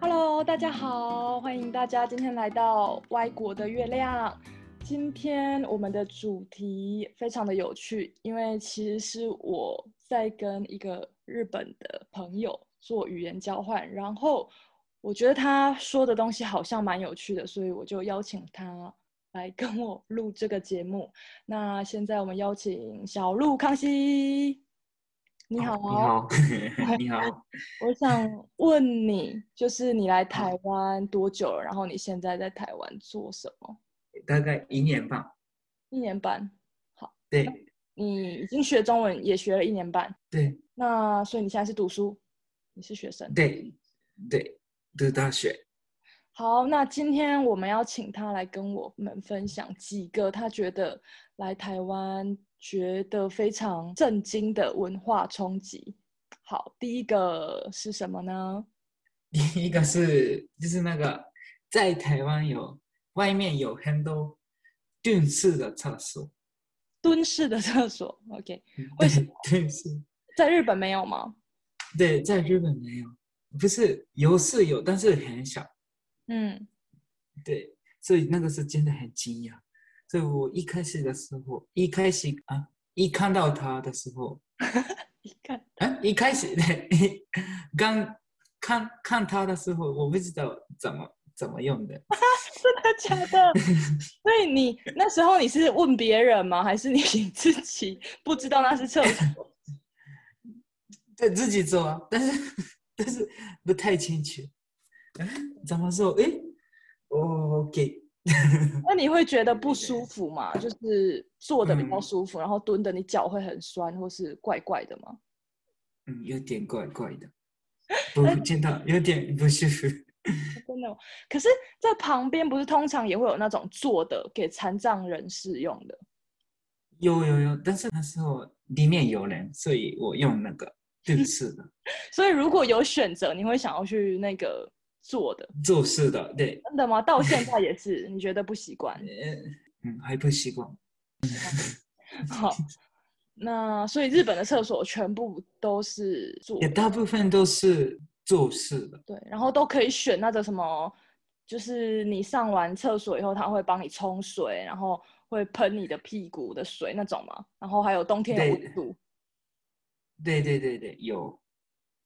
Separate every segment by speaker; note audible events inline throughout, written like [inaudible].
Speaker 1: Hello，大家好，欢迎大家今天来到歪国的月亮。今天我们的主题非常的有趣，因为其实是我在跟一个日本的朋友做语言交换，然后我觉得他说的东西好像蛮有趣的，所以我就邀请他来跟我录这个节目。那现在我们邀请小鹿康熙，你好，
Speaker 2: 哦你
Speaker 1: [laughs]
Speaker 2: 好，你 [laughs] 好。
Speaker 1: 我想问你，就是你来台湾多久了？然后你现在在台湾做什么？
Speaker 2: 大概一年半，
Speaker 1: 一年半。
Speaker 2: 对
Speaker 1: 你已经学中文也学了一年半，
Speaker 2: 对
Speaker 1: 那所以你现在是读书，你是学生。
Speaker 2: 对对，读大学。 [laughs]
Speaker 1: 好，那今天我们要请他来跟我们分享几个他觉得来台湾觉得非常震惊的文化冲击。好，第一个是什么呢？
Speaker 2: 第一个是就是那个在台湾有外面有很多蹲式的厕所，
Speaker 1: 蹲式的厕所。OK，为嗯什
Speaker 2: 么蹲式？
Speaker 1: 在日本没有吗？
Speaker 2: 对，在日本没有，不是有是有，但是很少。
Speaker 1: 嗯
Speaker 2: 对，所以那个是真的很惊讶。所以我一开始的时候，一开始啊，一看到它的时候，，
Speaker 1: 一看
Speaker 2: 啊，一开始对，刚看看他的时候，我不知道怎么怎么用的。
Speaker 1: 真的假的？所以你那时候你是问别人吗？还是你自己不知道那是厕所？ [laughs]
Speaker 2: 对自己做啊，但是但是不太清楚。啊怎么说？诶，哦，OK，
Speaker 1: 那你会觉得不舒服吗？就是坐的比较舒服，然后蹲的你脚会很酸，或是怪怪的吗？
Speaker 2: 嗯，有点怪怪的，不见到有点不舒服。
Speaker 1: 真的哦，可是，在旁边不是通常也会有那种坐的给残障人士用的。
Speaker 2: 有有有，但是那时候里面有人，所以我用那个对式的
Speaker 1: 所以如果有选择，你会想要去那个坐的，
Speaker 2: 做事的，对，
Speaker 1: 真的吗？到现在也是，你觉得不习惯？
Speaker 2: 嗯，还不习惯。
Speaker 1: 好，那所以日本的厕所全部都是坐
Speaker 2: 也
Speaker 1: 的，
Speaker 2: 大部分都是做事的。
Speaker 1: 对，然后都可以选那个什么，就是你上完厕所以后，他会帮你冲水，然后会喷你的屁股的水那种嘛，然后还有冬天有
Speaker 2: 对
Speaker 1: 温度，
Speaker 2: 对对对对，有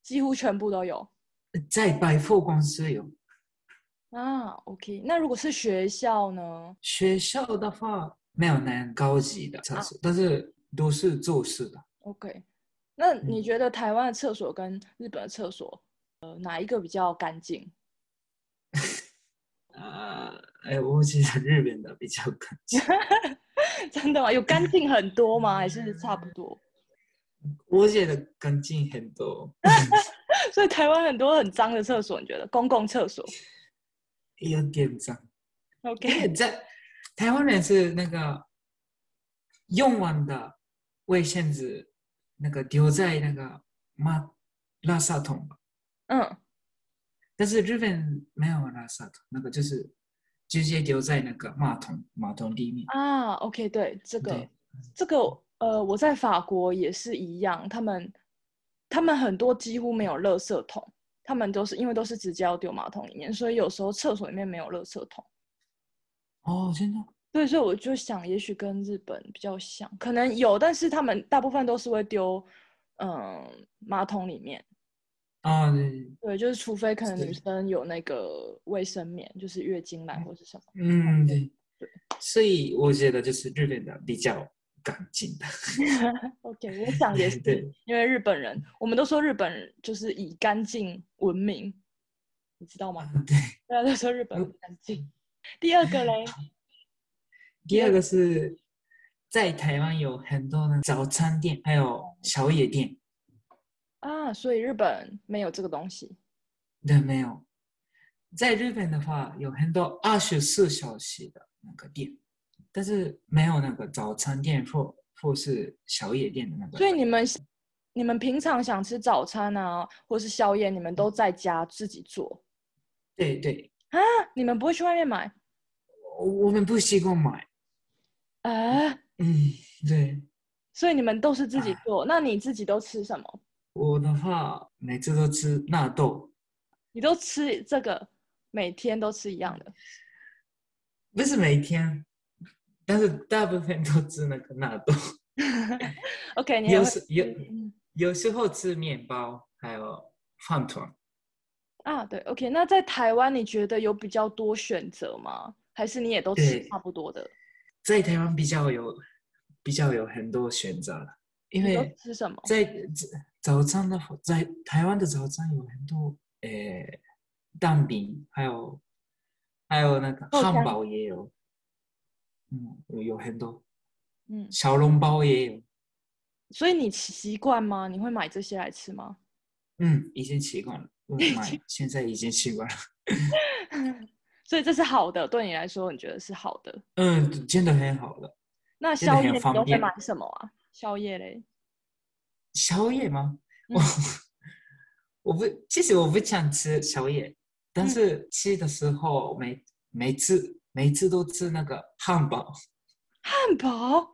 Speaker 1: 几乎全部都有
Speaker 2: 在百货公司有。
Speaker 1: 啊。OK，那如果是学校呢？
Speaker 2: 学校的话没有那样高级的厕所，但是都是做事的。
Speaker 1: OK，那你
Speaker 2: 嗯
Speaker 1: 觉得台湾的厕所跟日本的厕所，呃，哪一个比较干净？ [laughs]
Speaker 2: 呃，哎，我觉得日本的比较干净。
Speaker 1: 真的吗？有干净很多吗？还是差不多？ [laughs]
Speaker 2: 我觉得干净很多。
Speaker 1: 所以台湾很多很脏的厕所，你觉得公共厕所
Speaker 2: 有点脏。
Speaker 1: ？OK，
Speaker 2: 在台湾人是那个用完的卫生纸，那个丢在那个马垃圾桶吧。
Speaker 1: 嗯，
Speaker 2: 但是日本没有垃圾桶，那个就是直接丢在那个马桶马桶里面。
Speaker 1: 啊，OK，对，这个
Speaker 2: 对，
Speaker 1: 这个，呃，我在法国也是一样，他们他们很多几乎没有垃圾桶，他们都是因为都是直接要丢马桶里面，所以有时候厕所里面没有垃圾桶。
Speaker 2: 哦，真的。
Speaker 1: 对，所以我就想，也许跟日本比较像，可能有，但是他们大部分都是会丢，嗯，马桶里面。
Speaker 2: 啊，对
Speaker 1: 对，就是除非可能女
Speaker 2: 是
Speaker 1: 生有那个卫生棉，就是月经来或是什么。
Speaker 2: 嗯，对
Speaker 1: 对，
Speaker 2: 所以我觉得就是日本的比较干净的，
Speaker 1: OK，我想也是
Speaker 2: 对，
Speaker 1: 因为日本人，我们都说日本人就是以干净闻名，你知道吗？
Speaker 2: 对。
Speaker 1: 大家都说日本人干净。第二个嘞，
Speaker 2: 第二个是在台湾有很多的早餐店，还有小野店，
Speaker 1: 啊，所以日本没有这个东西。
Speaker 2: 对，没有。在日本的话，有很多二十四小时的那个店，但是没有那个早餐店或或是小野店的那个。
Speaker 1: 所以你们你们平常想吃早餐啊，或是宵夜，你们都在家自己做
Speaker 2: 对对，
Speaker 1: 啊？你们不会去外面买？
Speaker 2: 我我们不习惯买。
Speaker 1: 哎、
Speaker 2: 嗯，对。
Speaker 1: 所以你们都是自己做，那你自己都吃什么？
Speaker 2: 我的话，每次都吃纳豆，
Speaker 1: 你都吃这个，每天都吃一样的。
Speaker 2: 不是每天，但是大部分都吃那个纳豆，
Speaker 1: OK，你还
Speaker 2: 有
Speaker 1: 会
Speaker 2: 时有
Speaker 1: 嗯
Speaker 2: 有时候吃面包，还有饭团。
Speaker 1: 啊，对，OK。那在台湾，你觉得有比较多选择吗？还是你也都吃
Speaker 2: 对
Speaker 1: 差不多的？
Speaker 2: 在台湾比较有比较有很多选择了，因
Speaker 1: 你都
Speaker 2: 为
Speaker 1: 吃什么？
Speaker 2: 在早早餐的话在台湾的早餐有很多呃蛋饼，还有还有那个
Speaker 1: 豆
Speaker 2: 汉
Speaker 1: 浆
Speaker 2: 堡也有，嗯，有有很多
Speaker 1: 嗯，
Speaker 2: 小笼包也有，
Speaker 1: 所以你吃习惯吗？你会买这些来吃吗？
Speaker 2: 嗯，已经习惯了，我
Speaker 1: [laughs]
Speaker 2: 买现在已经习惯了，
Speaker 1: 所以这是好的，对你来说，你觉得是好的。
Speaker 2: 嗯，真的很好了。
Speaker 1: 那
Speaker 2: 真的
Speaker 1: 宵
Speaker 2: 很
Speaker 1: 夜你
Speaker 2: 方
Speaker 1: 都会
Speaker 2: 便
Speaker 1: 买什么啊？宵夜嘞？
Speaker 2: 宵夜吗？
Speaker 1: 嗯
Speaker 2: 我 [laughs] 我不，其实我不想吃宵夜，但
Speaker 1: 嗯
Speaker 2: 是吃的时候每每次每次都吃那个汉堡。 [laughs]
Speaker 1: 汉堡，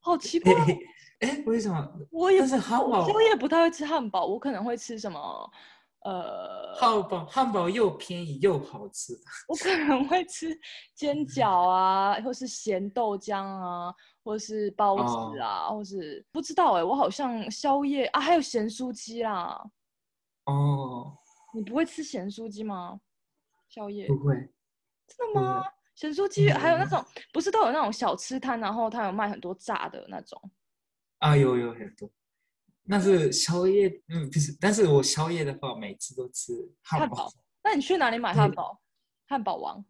Speaker 1: 好奇怪
Speaker 2: 嘿
Speaker 1: 哦，
Speaker 2: 嘿哎，为什么？
Speaker 1: 我也
Speaker 2: 但是汉
Speaker 1: 我
Speaker 2: 堡
Speaker 1: 宵夜不太会吃汉堡，我可能会吃什么？呃，
Speaker 2: 汉堡汉堡又便宜又好吃，
Speaker 1: 我可能会吃煎
Speaker 2: 嗯
Speaker 1: 饺啊，或是咸豆浆啊，或是包子
Speaker 2: 哦
Speaker 1: 啊，或是不知道哎、我好像宵夜啊，还有咸酥鸡啦。
Speaker 2: 哦，
Speaker 1: 你不会吃咸酥鸡吗？宵夜
Speaker 2: 不会，
Speaker 1: 真
Speaker 2: 不
Speaker 1: 的
Speaker 2: 会
Speaker 1: 吗？咸酥鸡还有那
Speaker 2: 嗯
Speaker 1: 种不是都有那种小吃摊，然后它有卖很多炸的那种。
Speaker 2: 啊，有有很多。但是宵夜，嗯，不是，但是我宵夜的话，每次都吃汉
Speaker 1: 汉
Speaker 2: 堡，
Speaker 1: 堡那你去哪里买
Speaker 2: 对
Speaker 1: 汉堡？汉堡王、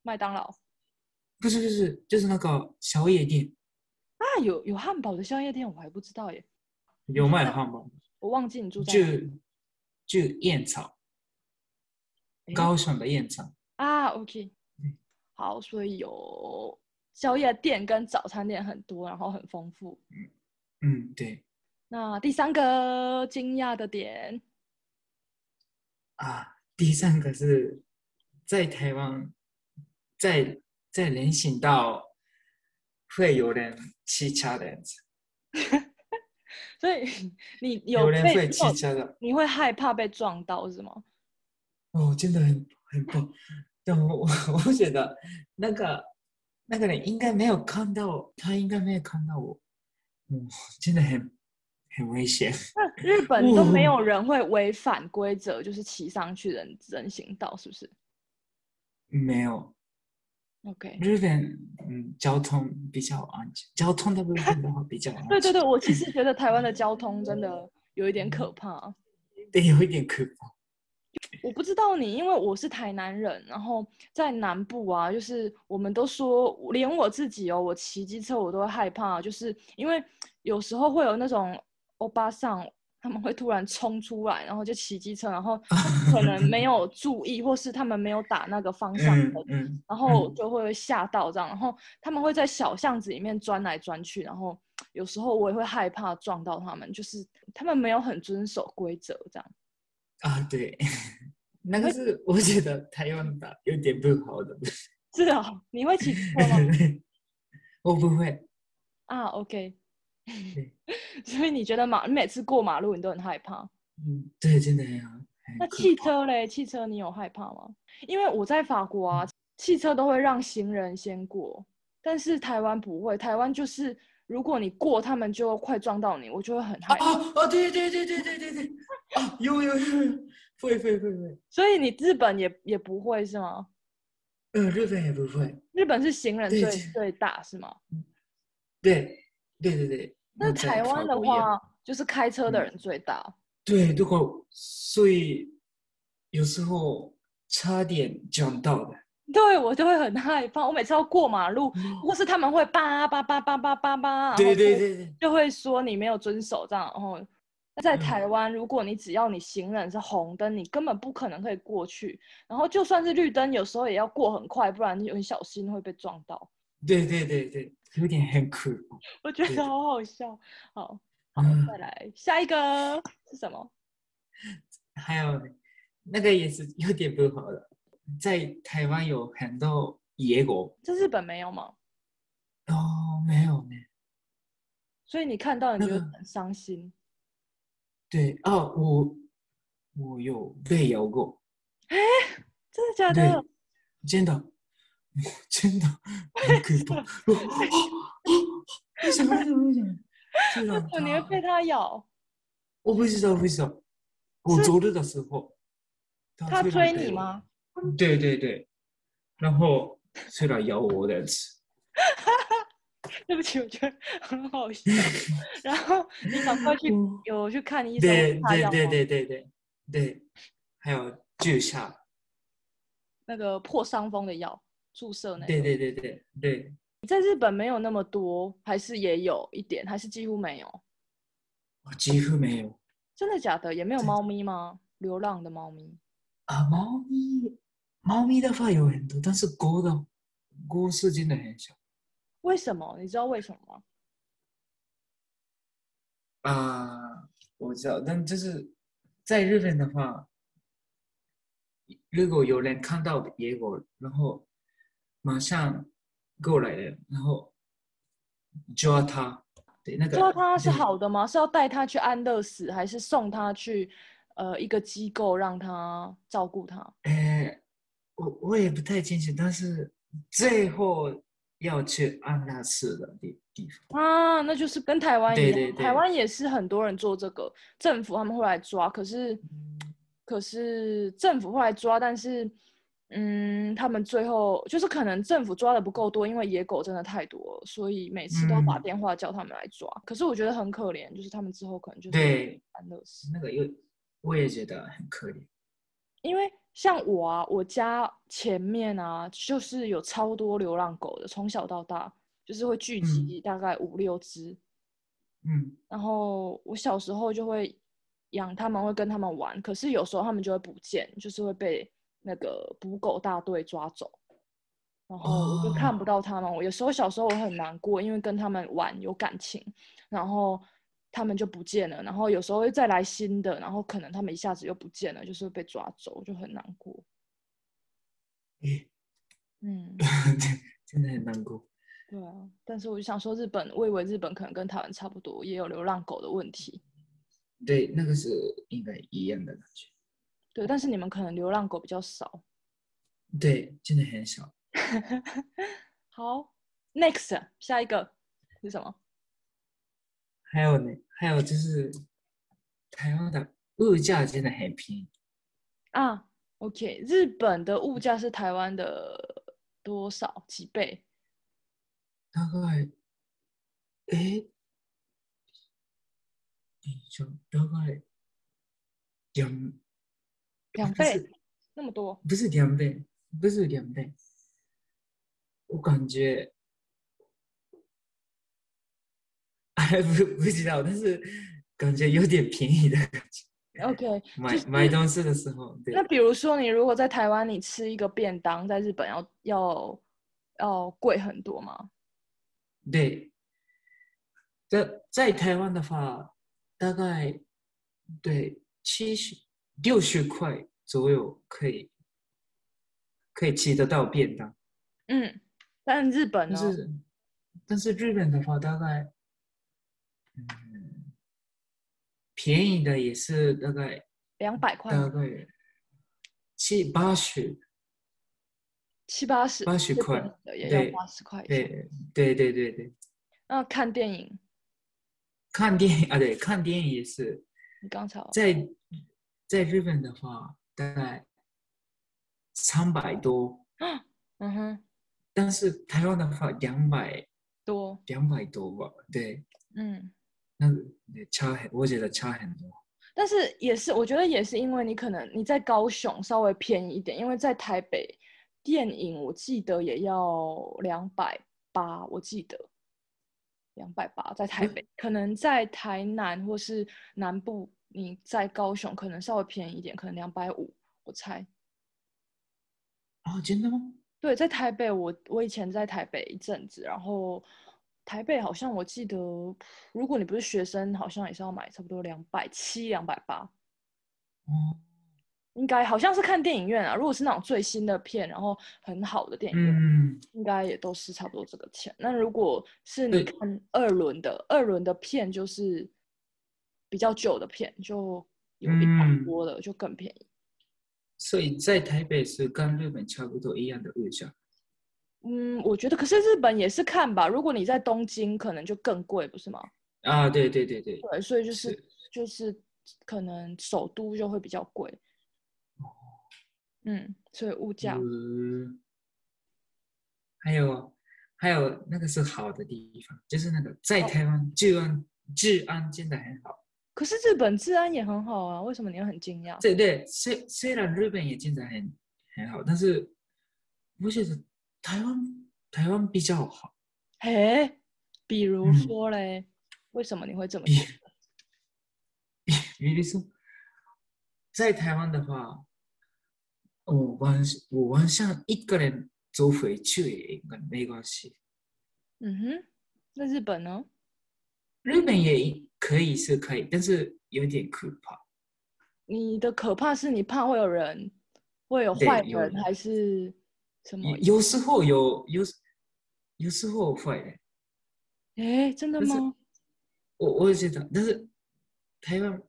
Speaker 1: 麦当劳
Speaker 2: 不是不是，就是那个宵夜店
Speaker 1: 啊，有有汉堡的宵夜店，我还不知道耶，欸
Speaker 2: 有卖汉堡，
Speaker 1: 我忘记你住在
Speaker 2: 就
Speaker 1: 哪
Speaker 2: 就燕巢，
Speaker 1: 诶
Speaker 2: 高雄的燕巢，
Speaker 1: 啊。OK，
Speaker 2: 嗯
Speaker 1: 好，所以有宵夜店跟早餐店很多，然后很丰富。
Speaker 2: 嗯，对
Speaker 1: 那第三个惊讶的点，
Speaker 2: 啊。第三个是在台湾，在在联想到会有人骑车的样子，
Speaker 1: 所以你有
Speaker 2: 有人
Speaker 1: 被
Speaker 2: 会
Speaker 1: 你
Speaker 2: 骑
Speaker 1: 有
Speaker 2: 车的，
Speaker 1: 你会害怕被撞到是吗？
Speaker 2: 哦，真的很很棒。但我我 [laughs] 我觉得那个那个人应该没有看到，他应该没有看到我，嗯，真的很很危险。
Speaker 1: 那日本都没
Speaker 2: 嗯
Speaker 1: 有人会违反规则，就是骑上去人人行道，是不是
Speaker 2: 没有，
Speaker 1: ？OK，
Speaker 2: 日本嗯交通比较安全，交通的部分的话比较安啊全。
Speaker 1: [laughs] 对对对，我其实觉得台湾的交通真的有一点可怕。
Speaker 2: 对，有一点可怕。
Speaker 1: 我不知道你，因为我是台南人，然后在南部啊，就是我们都说，连我自己哦，我骑机车我都会害怕，就是因为有时候会有那种欧巴桑，他们会突然冲出来，然后就骑机车，然后他们可能没
Speaker 2: [laughs]
Speaker 1: 有注意，或是他们没有打那个方向
Speaker 2: 嗯
Speaker 1: 灯，
Speaker 2: 嗯，
Speaker 1: 然后
Speaker 2: 嗯
Speaker 1: 就会吓到这样，然后他们会在小巷子里面钻来钻去，然后有时候我也会害怕撞到他们，就是他们没有很遵守规则这样。
Speaker 2: 啊，对， [laughs] 那
Speaker 1: 哎
Speaker 2: 个是 [laughs] 我觉得台湾的有点不好的。
Speaker 1: 是哦，你会骑车吗？
Speaker 2: [laughs] 我不会，
Speaker 1: 啊，OK， [laughs] 嗯
Speaker 2: 对
Speaker 1: 所以你觉得马，你每次过马路你都很害怕？
Speaker 2: 嗯，对，真的很好。很
Speaker 1: 那
Speaker 2: 可
Speaker 1: 汽
Speaker 2: 怕
Speaker 1: 车嘞？汽车你有害怕吗？因为我在法国
Speaker 2: 嗯
Speaker 1: 啊，汽车都会让行人先过，但是台湾不会，台湾就是如果你过，他们就快撞到你，我就会很害怕。
Speaker 2: 啊啊！对对对对对对对，啊，有有有，有会会会会，
Speaker 1: 所以你日本也也不会是吗？
Speaker 2: 嗯，日本也不会，
Speaker 1: 日本是行人
Speaker 2: 对
Speaker 1: 最
Speaker 2: 这
Speaker 1: 最大是吗？
Speaker 2: 对对对对。
Speaker 1: 那
Speaker 2: 我在
Speaker 1: 台湾
Speaker 2: 法
Speaker 1: 的
Speaker 2: 国也
Speaker 1: 话，就是开车的
Speaker 2: 嗯
Speaker 1: 人最大。
Speaker 2: 对，如果所以有时候差点撞到的，
Speaker 1: 对我就会很害怕，我每次要过马路，或是他们会叭叭叭叭叭叭叭，然后
Speaker 2: 嗯对对
Speaker 1: 就
Speaker 2: 对对，
Speaker 1: 就会说你没有遵守这样。然后在
Speaker 2: 嗯
Speaker 1: 台湾，如果你只要你行人是红灯，你根本不可能可以过去。然后就算是绿灯，有时候也要过很快，不然你很小心会被撞到。
Speaker 2: 对对对对，有点很酷。
Speaker 1: 我觉得
Speaker 2: 对的
Speaker 1: 好好笑。好，好，
Speaker 2: 嗯
Speaker 1: 再来下一个是什么？
Speaker 2: 还有那个也是有点不好的，在台湾有很多野狗
Speaker 1: 这日本没有吗？
Speaker 2: 哦，没有呢。
Speaker 1: 所以你看到你
Speaker 2: 那
Speaker 1: 就会
Speaker 2: 个
Speaker 1: 很伤心
Speaker 2: 对哦，我我有被咬过，
Speaker 1: 真的假
Speaker 2: 对
Speaker 1: 的？，
Speaker 2: 真的， [laughs] 真的很可
Speaker 1: [laughs]
Speaker 2: 怕。我哦哦哦 [laughs] 为什么？为什么？为什么？这种
Speaker 1: 我哦你会被它
Speaker 2: 哦
Speaker 1: 咬，
Speaker 2: 我不知道为什么。我
Speaker 1: 是
Speaker 2: 走路的时候，
Speaker 1: 它
Speaker 2: 突然
Speaker 1: 推
Speaker 2: 被
Speaker 1: 你
Speaker 2: 我？
Speaker 1: 吗？ [laughs]
Speaker 2: 对对对，然后虽然咬我的，
Speaker 1: 对不起，我觉得很好
Speaker 2: [laughs]
Speaker 1: 笑。然后你赶快去
Speaker 2: 嗯
Speaker 1: 有去看医生，
Speaker 2: 对
Speaker 1: 它
Speaker 2: 对
Speaker 1: 咬
Speaker 2: 对
Speaker 1: 吗
Speaker 2: 对对对对，还有注射，
Speaker 1: 那个破伤风的药注射那
Speaker 2: 对
Speaker 1: 个。
Speaker 2: 对对对对，
Speaker 1: 在日本没有那么多，还是也有一点，还是几乎没有？
Speaker 2: 我几乎没有。
Speaker 1: 真的假的？也没有
Speaker 2: 真的
Speaker 1: 猫咪吗？流浪的猫咪？
Speaker 2: 啊，猫咪，猫咪的话有很多，但是狗的狗是真的很少。
Speaker 1: 为什么？你知道为什么吗？
Speaker 2: 啊，我知道，但就是在日本的话，如果有人看到野狗，然后马上过来了，然后抓它，对，那个
Speaker 1: 抓它是
Speaker 2: 对
Speaker 1: 好的吗？是要带它去安乐死，还是送它去呃一个机构让它照顾它？
Speaker 2: 呃，我我也不太清楚，但是最后要去安乐死的地地方，
Speaker 1: 啊，那就是跟台湾一
Speaker 2: 对
Speaker 1: 样，
Speaker 2: 对
Speaker 1: 台
Speaker 2: 对
Speaker 1: 湾也是很多人做这个，政府他们会来抓，可是可是政府会来抓，但是嗯，他们最后就是可能政府抓的不够多，因为野狗真的太多了，所以每次都要打
Speaker 2: 嗯
Speaker 1: 电话叫他们来抓。可是我觉得很可怜，就是他们之后可能就是
Speaker 2: 对，
Speaker 1: 安乐死。
Speaker 2: 那个又我也觉得很可怜，
Speaker 1: 因为像我啊，我家前面啊，就是有超多流浪狗的，从小到大就是会聚
Speaker 2: 嗯
Speaker 1: 集大概五六只，
Speaker 2: 嗯 [laughs]
Speaker 1: 然后我小时候就会养它们，会跟它们玩，可是有时候它们就会不见，就是会被那个捕狗大队抓走，然后我就看不到它们。我有时候小时候我很难过，因为跟它们玩有感情，然后它们就不见了，然后有时候会再来新的，然后可能它们一下子又不见了，就是会被抓走，就很难过。
Speaker 2: 诶
Speaker 1: 嗯，
Speaker 2: 真的很难过。
Speaker 1: 对啊。但是我就想说，日本，我以为日本可能跟台湾差不多，也有流浪狗的问题。
Speaker 2: 对，那个是应该一样的感觉。
Speaker 1: 对，但是你们可能流浪狗比较少。
Speaker 2: 对，真的很少。
Speaker 1: 好，next 下一个是什么？
Speaker 2: 还有呢，还有就是台湾的物价真的很便宜。
Speaker 1: 啊，OK，日本的物价是台湾的多少几倍？
Speaker 2: 大概，哎，等一下，大概两
Speaker 1: 两
Speaker 2: 不是
Speaker 1: 倍那么多？
Speaker 2: 不是两倍，不是两倍，我感觉，哎，不不知道，但是感觉有点便宜的感觉。
Speaker 1: OK，
Speaker 2: 买
Speaker 1: 就是
Speaker 2: 买东西的时候，对
Speaker 1: 那比如说你如果在台湾你吃一个便当，在日本要要要贵很多吗？
Speaker 2: 对，在在台湾的话，大概对七十六十块左右可以可以吃得到便当，
Speaker 1: 嗯，但日本
Speaker 2: 但
Speaker 1: 呢？
Speaker 2: 是但是日本的话，大概嗯便宜的也是大概
Speaker 1: 两百块
Speaker 2: 大
Speaker 1: 吗？
Speaker 2: 概七八十，
Speaker 1: 七八十，
Speaker 2: 80
Speaker 1: 日
Speaker 2: 块
Speaker 1: 本的也
Speaker 2: 对
Speaker 1: 要八十块以上。
Speaker 2: 对对对对对，
Speaker 1: 那看电影，
Speaker 2: 看电影啊对，看电影也是。
Speaker 1: 你刚才有
Speaker 2: 在在日本的话，大概三百多，
Speaker 1: 嗯哼
Speaker 2: 但是台湾的话两百
Speaker 1: 多
Speaker 2: 两百多吧，对，
Speaker 1: 嗯。
Speaker 2: 那个也差很，我觉得差很多。
Speaker 1: 但是也是，我觉得也是因为你可能你在高雄稍微便宜一点，因为在台北电影我记得也要两百八，我记得两百八在台
Speaker 2: 嗯
Speaker 1: 北，可能在台南或是南部，你在高雄可能稍微便宜一点，可能两百五，我猜。
Speaker 2: 哦，真的吗？
Speaker 1: 对，在台北我，我以前在台北一阵子，然后台北好像我记得，如果你不是学生，好像也是要买差不多两百七、两百八。
Speaker 2: 哦，
Speaker 1: 应该好像是看电影院啊，如果是那种最新的片，然后很好的电影院，
Speaker 2: 嗯，
Speaker 1: 应该也都是差不多这个钱。那如果是你
Speaker 2: 对
Speaker 1: 看二轮的，二轮的片就是比较久的片，就有一百
Speaker 2: 嗯
Speaker 1: 多的，就更便宜。
Speaker 2: 所以在台北是跟日本差不多一样的物价。
Speaker 1: 嗯，我觉得，可是日本也是看吧。如果你在东京，可能就更贵，不是吗？
Speaker 2: 啊，对对对对，
Speaker 1: 对，所以就是
Speaker 2: 是
Speaker 1: 就是可能首都就会比较贵。嗯，所以物价，
Speaker 2: 哦嗯，还有还有那个是好的地方，就是那个在台湾治安治安真的很好。
Speaker 1: 可是日本治安也很好啊，为什么你会很惊讶？
Speaker 2: 对对，虽虽然日本也进展很很好，但是我觉得台湾台湾比较好。
Speaker 1: 嘿，哎比如
Speaker 2: 嗯
Speaker 1: 说嘞，为什么你会这么
Speaker 2: 比
Speaker 1: 觉得？
Speaker 2: 比如说，在台湾的话，我晚我晚上一个人走回去也应该没关系。
Speaker 1: 嗯哼，那日本呢？
Speaker 2: 日本也可以是可以，但是有点可怕。
Speaker 1: 你的可怕是你怕会有人，会有
Speaker 2: 对
Speaker 1: 坏
Speaker 2: 有
Speaker 1: 人，还是什么
Speaker 2: 有？有时候有有有时候会的，
Speaker 1: 哎，真的
Speaker 2: 但是
Speaker 1: 吗？ [laughs]
Speaker 2: 我我也觉得，但是台湾，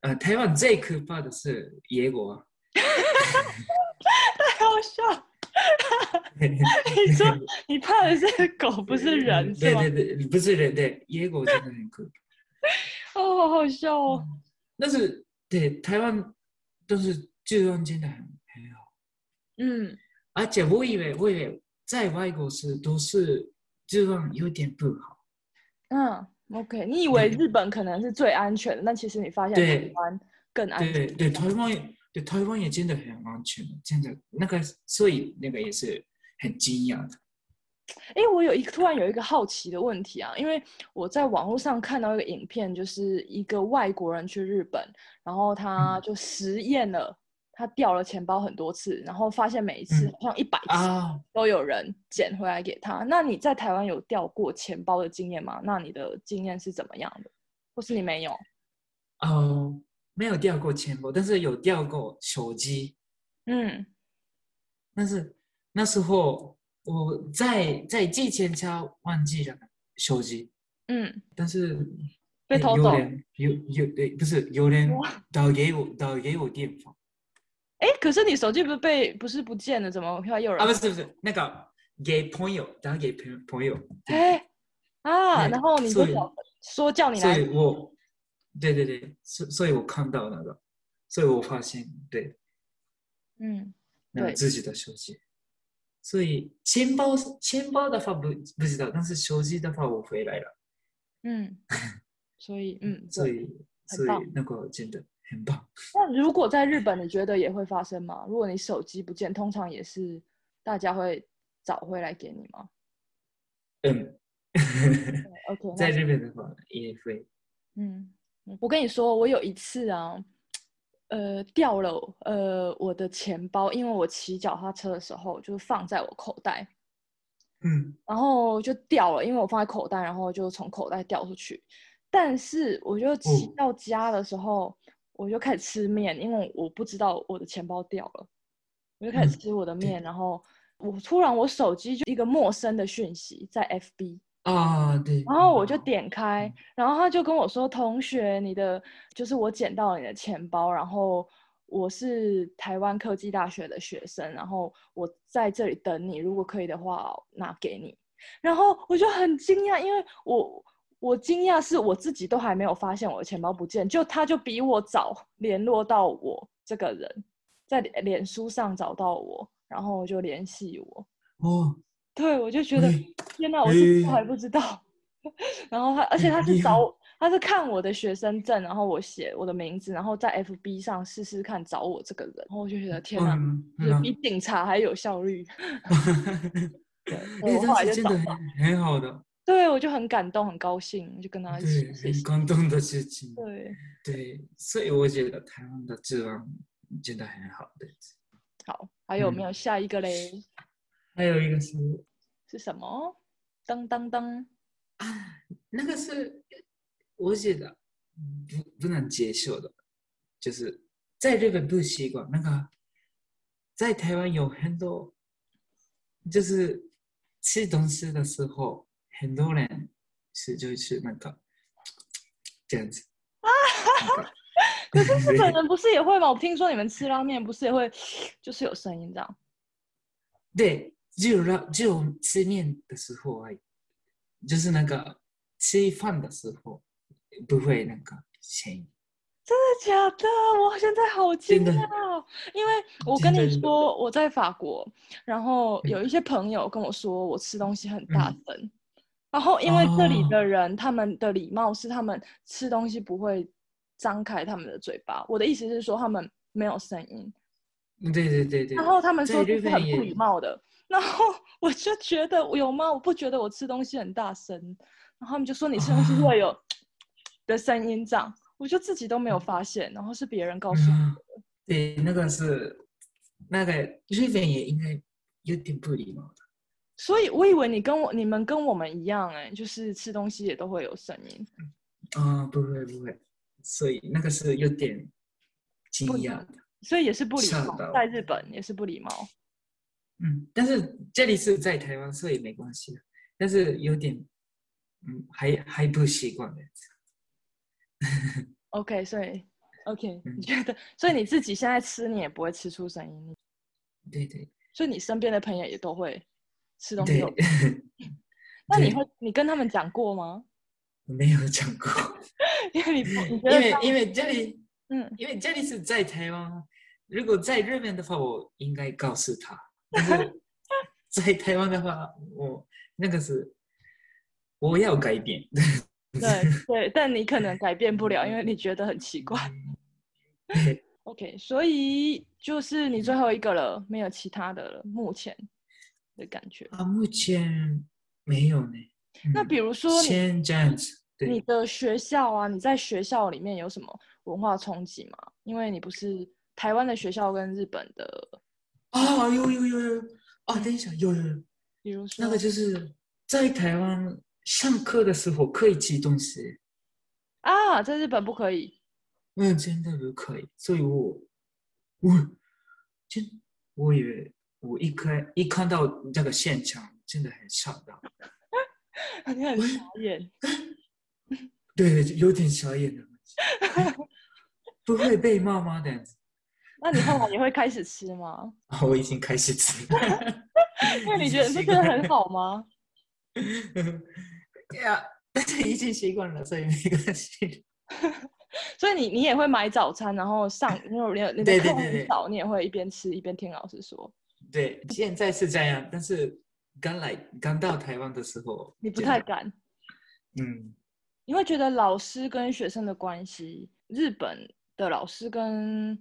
Speaker 2: 呃，台湾最可怕的是野果啊。
Speaker 1: 太好笑了！ [laughs] 你
Speaker 2: [laughs]
Speaker 1: 说你怕的是狗，不是人，是
Speaker 2: 对
Speaker 1: 吗？
Speaker 2: 对对，不是人，对野狗真的很可怕。
Speaker 1: 哦，好好笑哦！
Speaker 2: 嗯但是对台湾都是治安真的很很好，
Speaker 1: 嗯，
Speaker 2: 而且我以为我以为在外国是都是治安有点不好，
Speaker 1: 嗯，OK，你以为
Speaker 2: 对
Speaker 1: 日本可能是最安全的，但其实你发现
Speaker 2: 嗯对
Speaker 1: 台湾更安全。
Speaker 2: 对对，台湾对台湾也真的很安全，真的那个所以那个也是很惊讶的，
Speaker 1: 哎，我有一突然有一个好奇的问题啊，因为我在网络上看到一个影片，就是一个外国人去日本，然后他
Speaker 2: 嗯
Speaker 1: 就实验了，他掉了钱包很多次，然后发现每一次
Speaker 2: 嗯
Speaker 1: 好像一百次
Speaker 2: 啊。
Speaker 1: 都有人捡回来给他。那你在台湾有掉过钱包的经验吗？那你的经验是怎么样的？或是你没有？
Speaker 2: 哦，没有掉过钱包，但是有掉过手机。
Speaker 1: 嗯
Speaker 2: 但是那时候我在在寄钱家忘记了手机，
Speaker 1: 嗯。
Speaker 2: 但是
Speaker 1: 被
Speaker 2: 哎
Speaker 1: 偷
Speaker 2: 有
Speaker 1: 走
Speaker 2: 人有有对，不是有人
Speaker 1: 哇
Speaker 2: 打给我打给我电话
Speaker 1: 哎，可是你手机不是被不是不见了，怎么会有人？
Speaker 2: 啊，不是不是那个给朋友打给朋朋友，
Speaker 1: 哎啊，
Speaker 2: 对
Speaker 1: 然后你就
Speaker 2: 所以
Speaker 1: 找说叫你
Speaker 2: 所
Speaker 1: 来
Speaker 2: 以我对对对，所所以我看到那个，所以我发现对。
Speaker 1: 嗯，
Speaker 2: 那
Speaker 1: 对
Speaker 2: 自己的手机。所以钱包钱包的话不不知道，但是手机的话我回来了， [laughs]
Speaker 1: 嗯，所以嗯，
Speaker 2: 所
Speaker 1: 对。
Speaker 2: 以
Speaker 1: 很
Speaker 2: 所以
Speaker 1: 棒
Speaker 2: 那个真的很棒。
Speaker 1: 那如果在日本，你觉得也会发生吗？如果你手机不见，通常也是大家会找回来给你吗
Speaker 2: 嗯，
Speaker 1: 对？OK，那
Speaker 2: [laughs] 在日本的话也会
Speaker 1: 嗯，我跟你说，我有一次啊，呃，掉了呃我的钱包，因为我骑脚踏车的时候就放在我口袋，
Speaker 2: 嗯
Speaker 1: 然后就掉了，因为我放在口袋，然后就从口袋掉出去。但是我就骑
Speaker 2: 哦
Speaker 1: 到家的时候，我就开始吃面，因为我不知道我的钱包掉了，我就开始
Speaker 2: 嗯
Speaker 1: 吃我的
Speaker 2: 对
Speaker 1: 面，然后我突然我手机就一个陌生的讯息在 FB，
Speaker 2: 啊对。
Speaker 1: 然后我就
Speaker 2: 啊
Speaker 1: 点开
Speaker 2: 嗯，
Speaker 1: 然后他就跟我说：“同学，你的就是我捡到你的钱包，然后我是台湾科技大学的学生，然后我在这里等你，如果可以的话拿给你。”然后我就很惊讶，因为我我惊讶是我自己都还没有发现我的钱包不见，就他就比我早联络到我这个人，在脸脸书上找到我，然后就联系我。
Speaker 2: 哦，
Speaker 1: 对，我就觉
Speaker 2: [laughs]
Speaker 1: 得
Speaker 2: 哎
Speaker 1: 天哪，我自己都
Speaker 2: 哎
Speaker 1: 还不知道。 [laughs] 然后他，而且
Speaker 2: 很
Speaker 1: 他是
Speaker 2: 厉
Speaker 1: 找
Speaker 2: 害
Speaker 1: 我，他是看我的学生证，然后我写我的名字，然后在 FB 上试试看找我这个人。然后我就觉得天哪，
Speaker 2: 嗯
Speaker 1: 就是比警察还有效
Speaker 2: [laughs]
Speaker 1: 率。
Speaker 2: 嗯，
Speaker 1: 对，所以
Speaker 2: 哎
Speaker 1: 我后来
Speaker 2: 但
Speaker 1: 就是
Speaker 2: 真
Speaker 1: 找
Speaker 2: 的很很好的，
Speaker 1: 对我就很感动，很高兴，就跟他一起
Speaker 2: 对，
Speaker 1: 啊谢
Speaker 2: 很
Speaker 1: 谢。
Speaker 2: 感动的事情，
Speaker 1: 对，
Speaker 2: 对，所以我觉得台湾的治安真的很好的。
Speaker 1: 好，还有没有
Speaker 2: 嗯
Speaker 1: 下一个嘞？
Speaker 2: 还有一个是
Speaker 1: 是什么？当当当，
Speaker 2: 啊，那个是我觉得不不能接受的，就是在日本不习惯那个，在台湾有很多，就是吃东西的时候，很多人是就是那个这样子，那个
Speaker 1: 可是日本人不是也会吗？我听说你们吃拉面不是也会，就是有声音这样。
Speaker 2: 对，只有拉只有吃面的时候而已，就是那个吃饭的时候不会那个声音。
Speaker 1: 真的假的？我现在好惊
Speaker 2: 真的
Speaker 1: 讶哦，因为我跟
Speaker 2: 真
Speaker 1: 你
Speaker 2: 的
Speaker 1: 说我在法国，然后
Speaker 2: 嗯
Speaker 1: 有一些朋友跟我说我吃东西很大声，然后因为这
Speaker 2: 哦
Speaker 1: 里的人、他们的礼貌是他们吃东西不会张开他们的嘴巴，我的意思是说他们没有声音，
Speaker 2: 嗯对对对对。
Speaker 1: 然后他们说
Speaker 2: 在
Speaker 1: 这
Speaker 2: 日
Speaker 1: 是
Speaker 2: 本
Speaker 1: 很
Speaker 2: 也
Speaker 1: 不礼貌的，然后 [laughs] 我就觉得我有吗？我不觉得我吃东西很大声，然后他们就说你吃东西会
Speaker 2: [laughs]
Speaker 1: 有的声音这样，我就自己都没有发现，然后是别人告诉我。
Speaker 2: 嗯，对，那个是那个日本也应该有点不礼貌的。
Speaker 1: 所以我以为你跟我你们跟我们一样、哎，就是吃东西也都会有声音，
Speaker 2: 啊、不会不会，所以那个是有点惊
Speaker 1: 不一
Speaker 2: 讶
Speaker 1: 样
Speaker 2: 的。
Speaker 1: 所以也是不礼
Speaker 2: 吓
Speaker 1: 貌
Speaker 2: 到，
Speaker 1: 在日本也是不礼貌。
Speaker 2: 嗯，但是这里是在台湾，所以没关系。但是有点，嗯，还还不习惯的。
Speaker 1: OK，所以 OK，
Speaker 2: 嗯
Speaker 1: 你觉得？所以你自己现在吃，你也不会吃出声音，
Speaker 2: 对对
Speaker 1: 所以你身边的朋友也都会吃东西
Speaker 2: 对 [laughs]
Speaker 1: 有。，那你
Speaker 2: 对
Speaker 1: 会你跟他们讲过吗？
Speaker 2: 没有讲过，
Speaker 1: 因为你不你觉
Speaker 2: 因
Speaker 1: 得
Speaker 2: 为
Speaker 1: 他
Speaker 2: 因为这里
Speaker 1: 嗯，
Speaker 2: 因为这里是在台湾，如果在日本的话，我应该告诉他。但是在台湾的话，我那个是我要改变。 [laughs]
Speaker 1: 对对，但你可能改变不了，因为你觉得很奇怪。
Speaker 2: 对
Speaker 1: OK，所以就是你最后一个了，没有其他的了，目前的感觉。
Speaker 2: 啊，目前没有呢。
Speaker 1: 那
Speaker 2: 嗯
Speaker 1: 比如说你
Speaker 2: 先这样子，
Speaker 1: 你
Speaker 2: 对，
Speaker 1: 的学校啊，你在学校里面有什么文化冲击吗？因为你不是台湾的学校跟日本的，
Speaker 2: 啊，有有有有，啊，等一下，有有有，
Speaker 1: 比如说
Speaker 2: 那个就是在台湾上课的时候可以吃东西，
Speaker 1: 啊，在日本不可以。 [laughs]
Speaker 2: 嗯，真的不可以，所以我我真我以为我一看一看到那个现场，真的很吓到，
Speaker 1: 你很傻眼，
Speaker 2: 对，有点小眼的， [laughs] 不会被骂吗？这样子，
Speaker 1: 那你后来也会开始吃
Speaker 2: [laughs]
Speaker 1: 吗？
Speaker 2: 啊，我已经开始吃了， [laughs]
Speaker 1: 那你觉得这
Speaker 2: 这
Speaker 1: 真的很好吗？
Speaker 2: 对呀，但是已经习惯了，所以没关系。
Speaker 1: 所以你你也会买早餐，然后上，因为你的你的
Speaker 2: 对对
Speaker 1: 课
Speaker 2: 对
Speaker 1: 很
Speaker 2: 对
Speaker 1: 少，你也会一边吃一边听老师说。
Speaker 2: 对，现在是这样，但是刚来刚到台湾的时候，
Speaker 1: 你不
Speaker 2: 真
Speaker 1: 太
Speaker 2: 的
Speaker 1: 敢，
Speaker 2: 嗯，
Speaker 1: 你会觉得老师跟学生的关系，日本的老师跟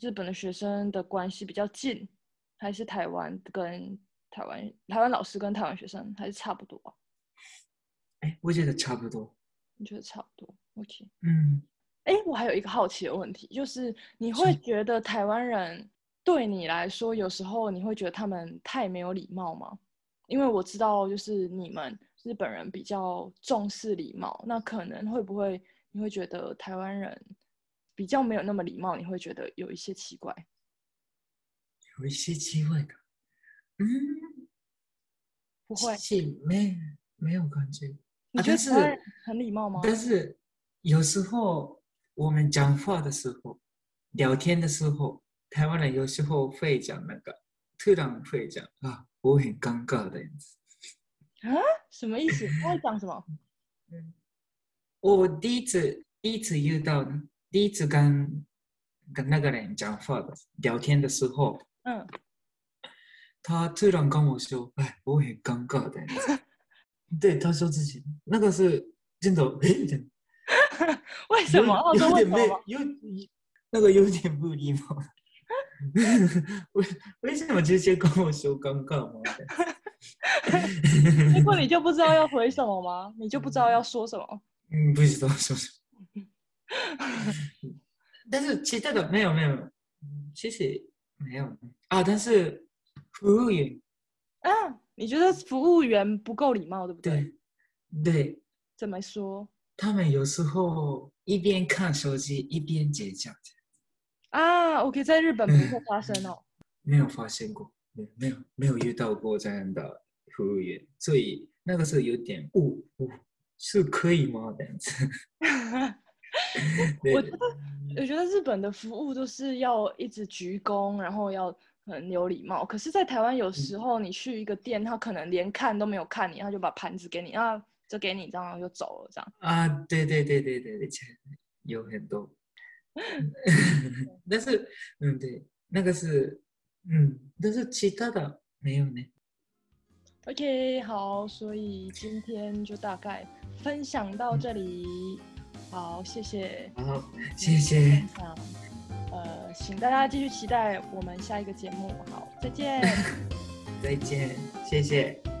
Speaker 1: 日本的学生的关系比较近，还是台湾跟台湾台湾老师跟台湾学生还是差不多啊？
Speaker 2: 哎，我觉得差不多，
Speaker 1: 你觉得差不多？OK。
Speaker 2: 嗯，
Speaker 1: 哎，我还有一个好奇的问题，就是你会
Speaker 2: 是
Speaker 1: 觉得台湾人对你来说，有时候你会觉得他们太没有礼貌吗？因为我知道，就是你们日本人比较重视礼貌，那可能会不会你会觉得台湾人比较没有那么礼貌，你会觉得有一些奇怪？
Speaker 2: 有一些机会的，嗯。
Speaker 1: 不会，
Speaker 2: 是没没有感觉，
Speaker 1: 你
Speaker 2: 啊
Speaker 1: 觉得
Speaker 2: 但
Speaker 1: 台湾
Speaker 2: 是
Speaker 1: 人很礼貌吗？
Speaker 2: 但是有时候我们讲话的时候，聊天的时候，台湾人有时候会讲那个，突然会讲啊，我很尴尬的样子。
Speaker 1: 什么意思？他在讲什
Speaker 2: [laughs]
Speaker 1: 么？
Speaker 2: 我第一次第一次遇到，第一次跟跟那个人讲话的聊天的时候，
Speaker 1: 嗯，
Speaker 2: 他突然跟我说：“哎，我很尴尬
Speaker 1: [laughs]
Speaker 2: 的样子。”对，他说自己那个是真的，哎，这样
Speaker 1: 为什么？澳
Speaker 2: 有
Speaker 1: 洲
Speaker 2: 有
Speaker 1: 为
Speaker 2: 点
Speaker 1: 什么
Speaker 2: 没
Speaker 1: 吗？
Speaker 2: 有那个有点不
Speaker 1: [laughs]
Speaker 2: 礼貌。为为什么直接跟我说尴尬吗？ [laughs]
Speaker 1: 结 [laughs] 果你就不知道要回什么吗？你就不知道要说什么？
Speaker 2: 嗯，不知道
Speaker 1: [laughs]
Speaker 2: 说什么。但是其他的没有没有，嗯其实没有啊。但是服务员
Speaker 1: 啊，你觉得服务员不够礼貌，对不对？
Speaker 2: 对对，
Speaker 1: 怎么说
Speaker 2: 他们有时候一边看手机一边结账，
Speaker 1: 啊？OK，在日本不会发生哦。
Speaker 2: 没有发现过，没有没有没有遇到过这样的服务员，
Speaker 1: [laughs]
Speaker 2: 所以那个时候有点误误，是可以吗？这样子，对
Speaker 1: 我觉得，我觉得日本的服务都是要一直鞠躬，然后要很有礼貌。可是，在台湾有时候你去一个店，他可能连看都没有看你，他就把盘子给你，啊，就给你，这样就走了，这样。
Speaker 2: 啊，对对对对对，以前有很多，但是嗯，对，那个是嗯，但是其他的没有呢。
Speaker 1: OK，好，所以今天就大概分享到这里。好，谢谢，
Speaker 2: 好，谢谢，。
Speaker 1: 呃，请大家继续期待我们下一个节目。好，再见。
Speaker 2: 再见，谢谢。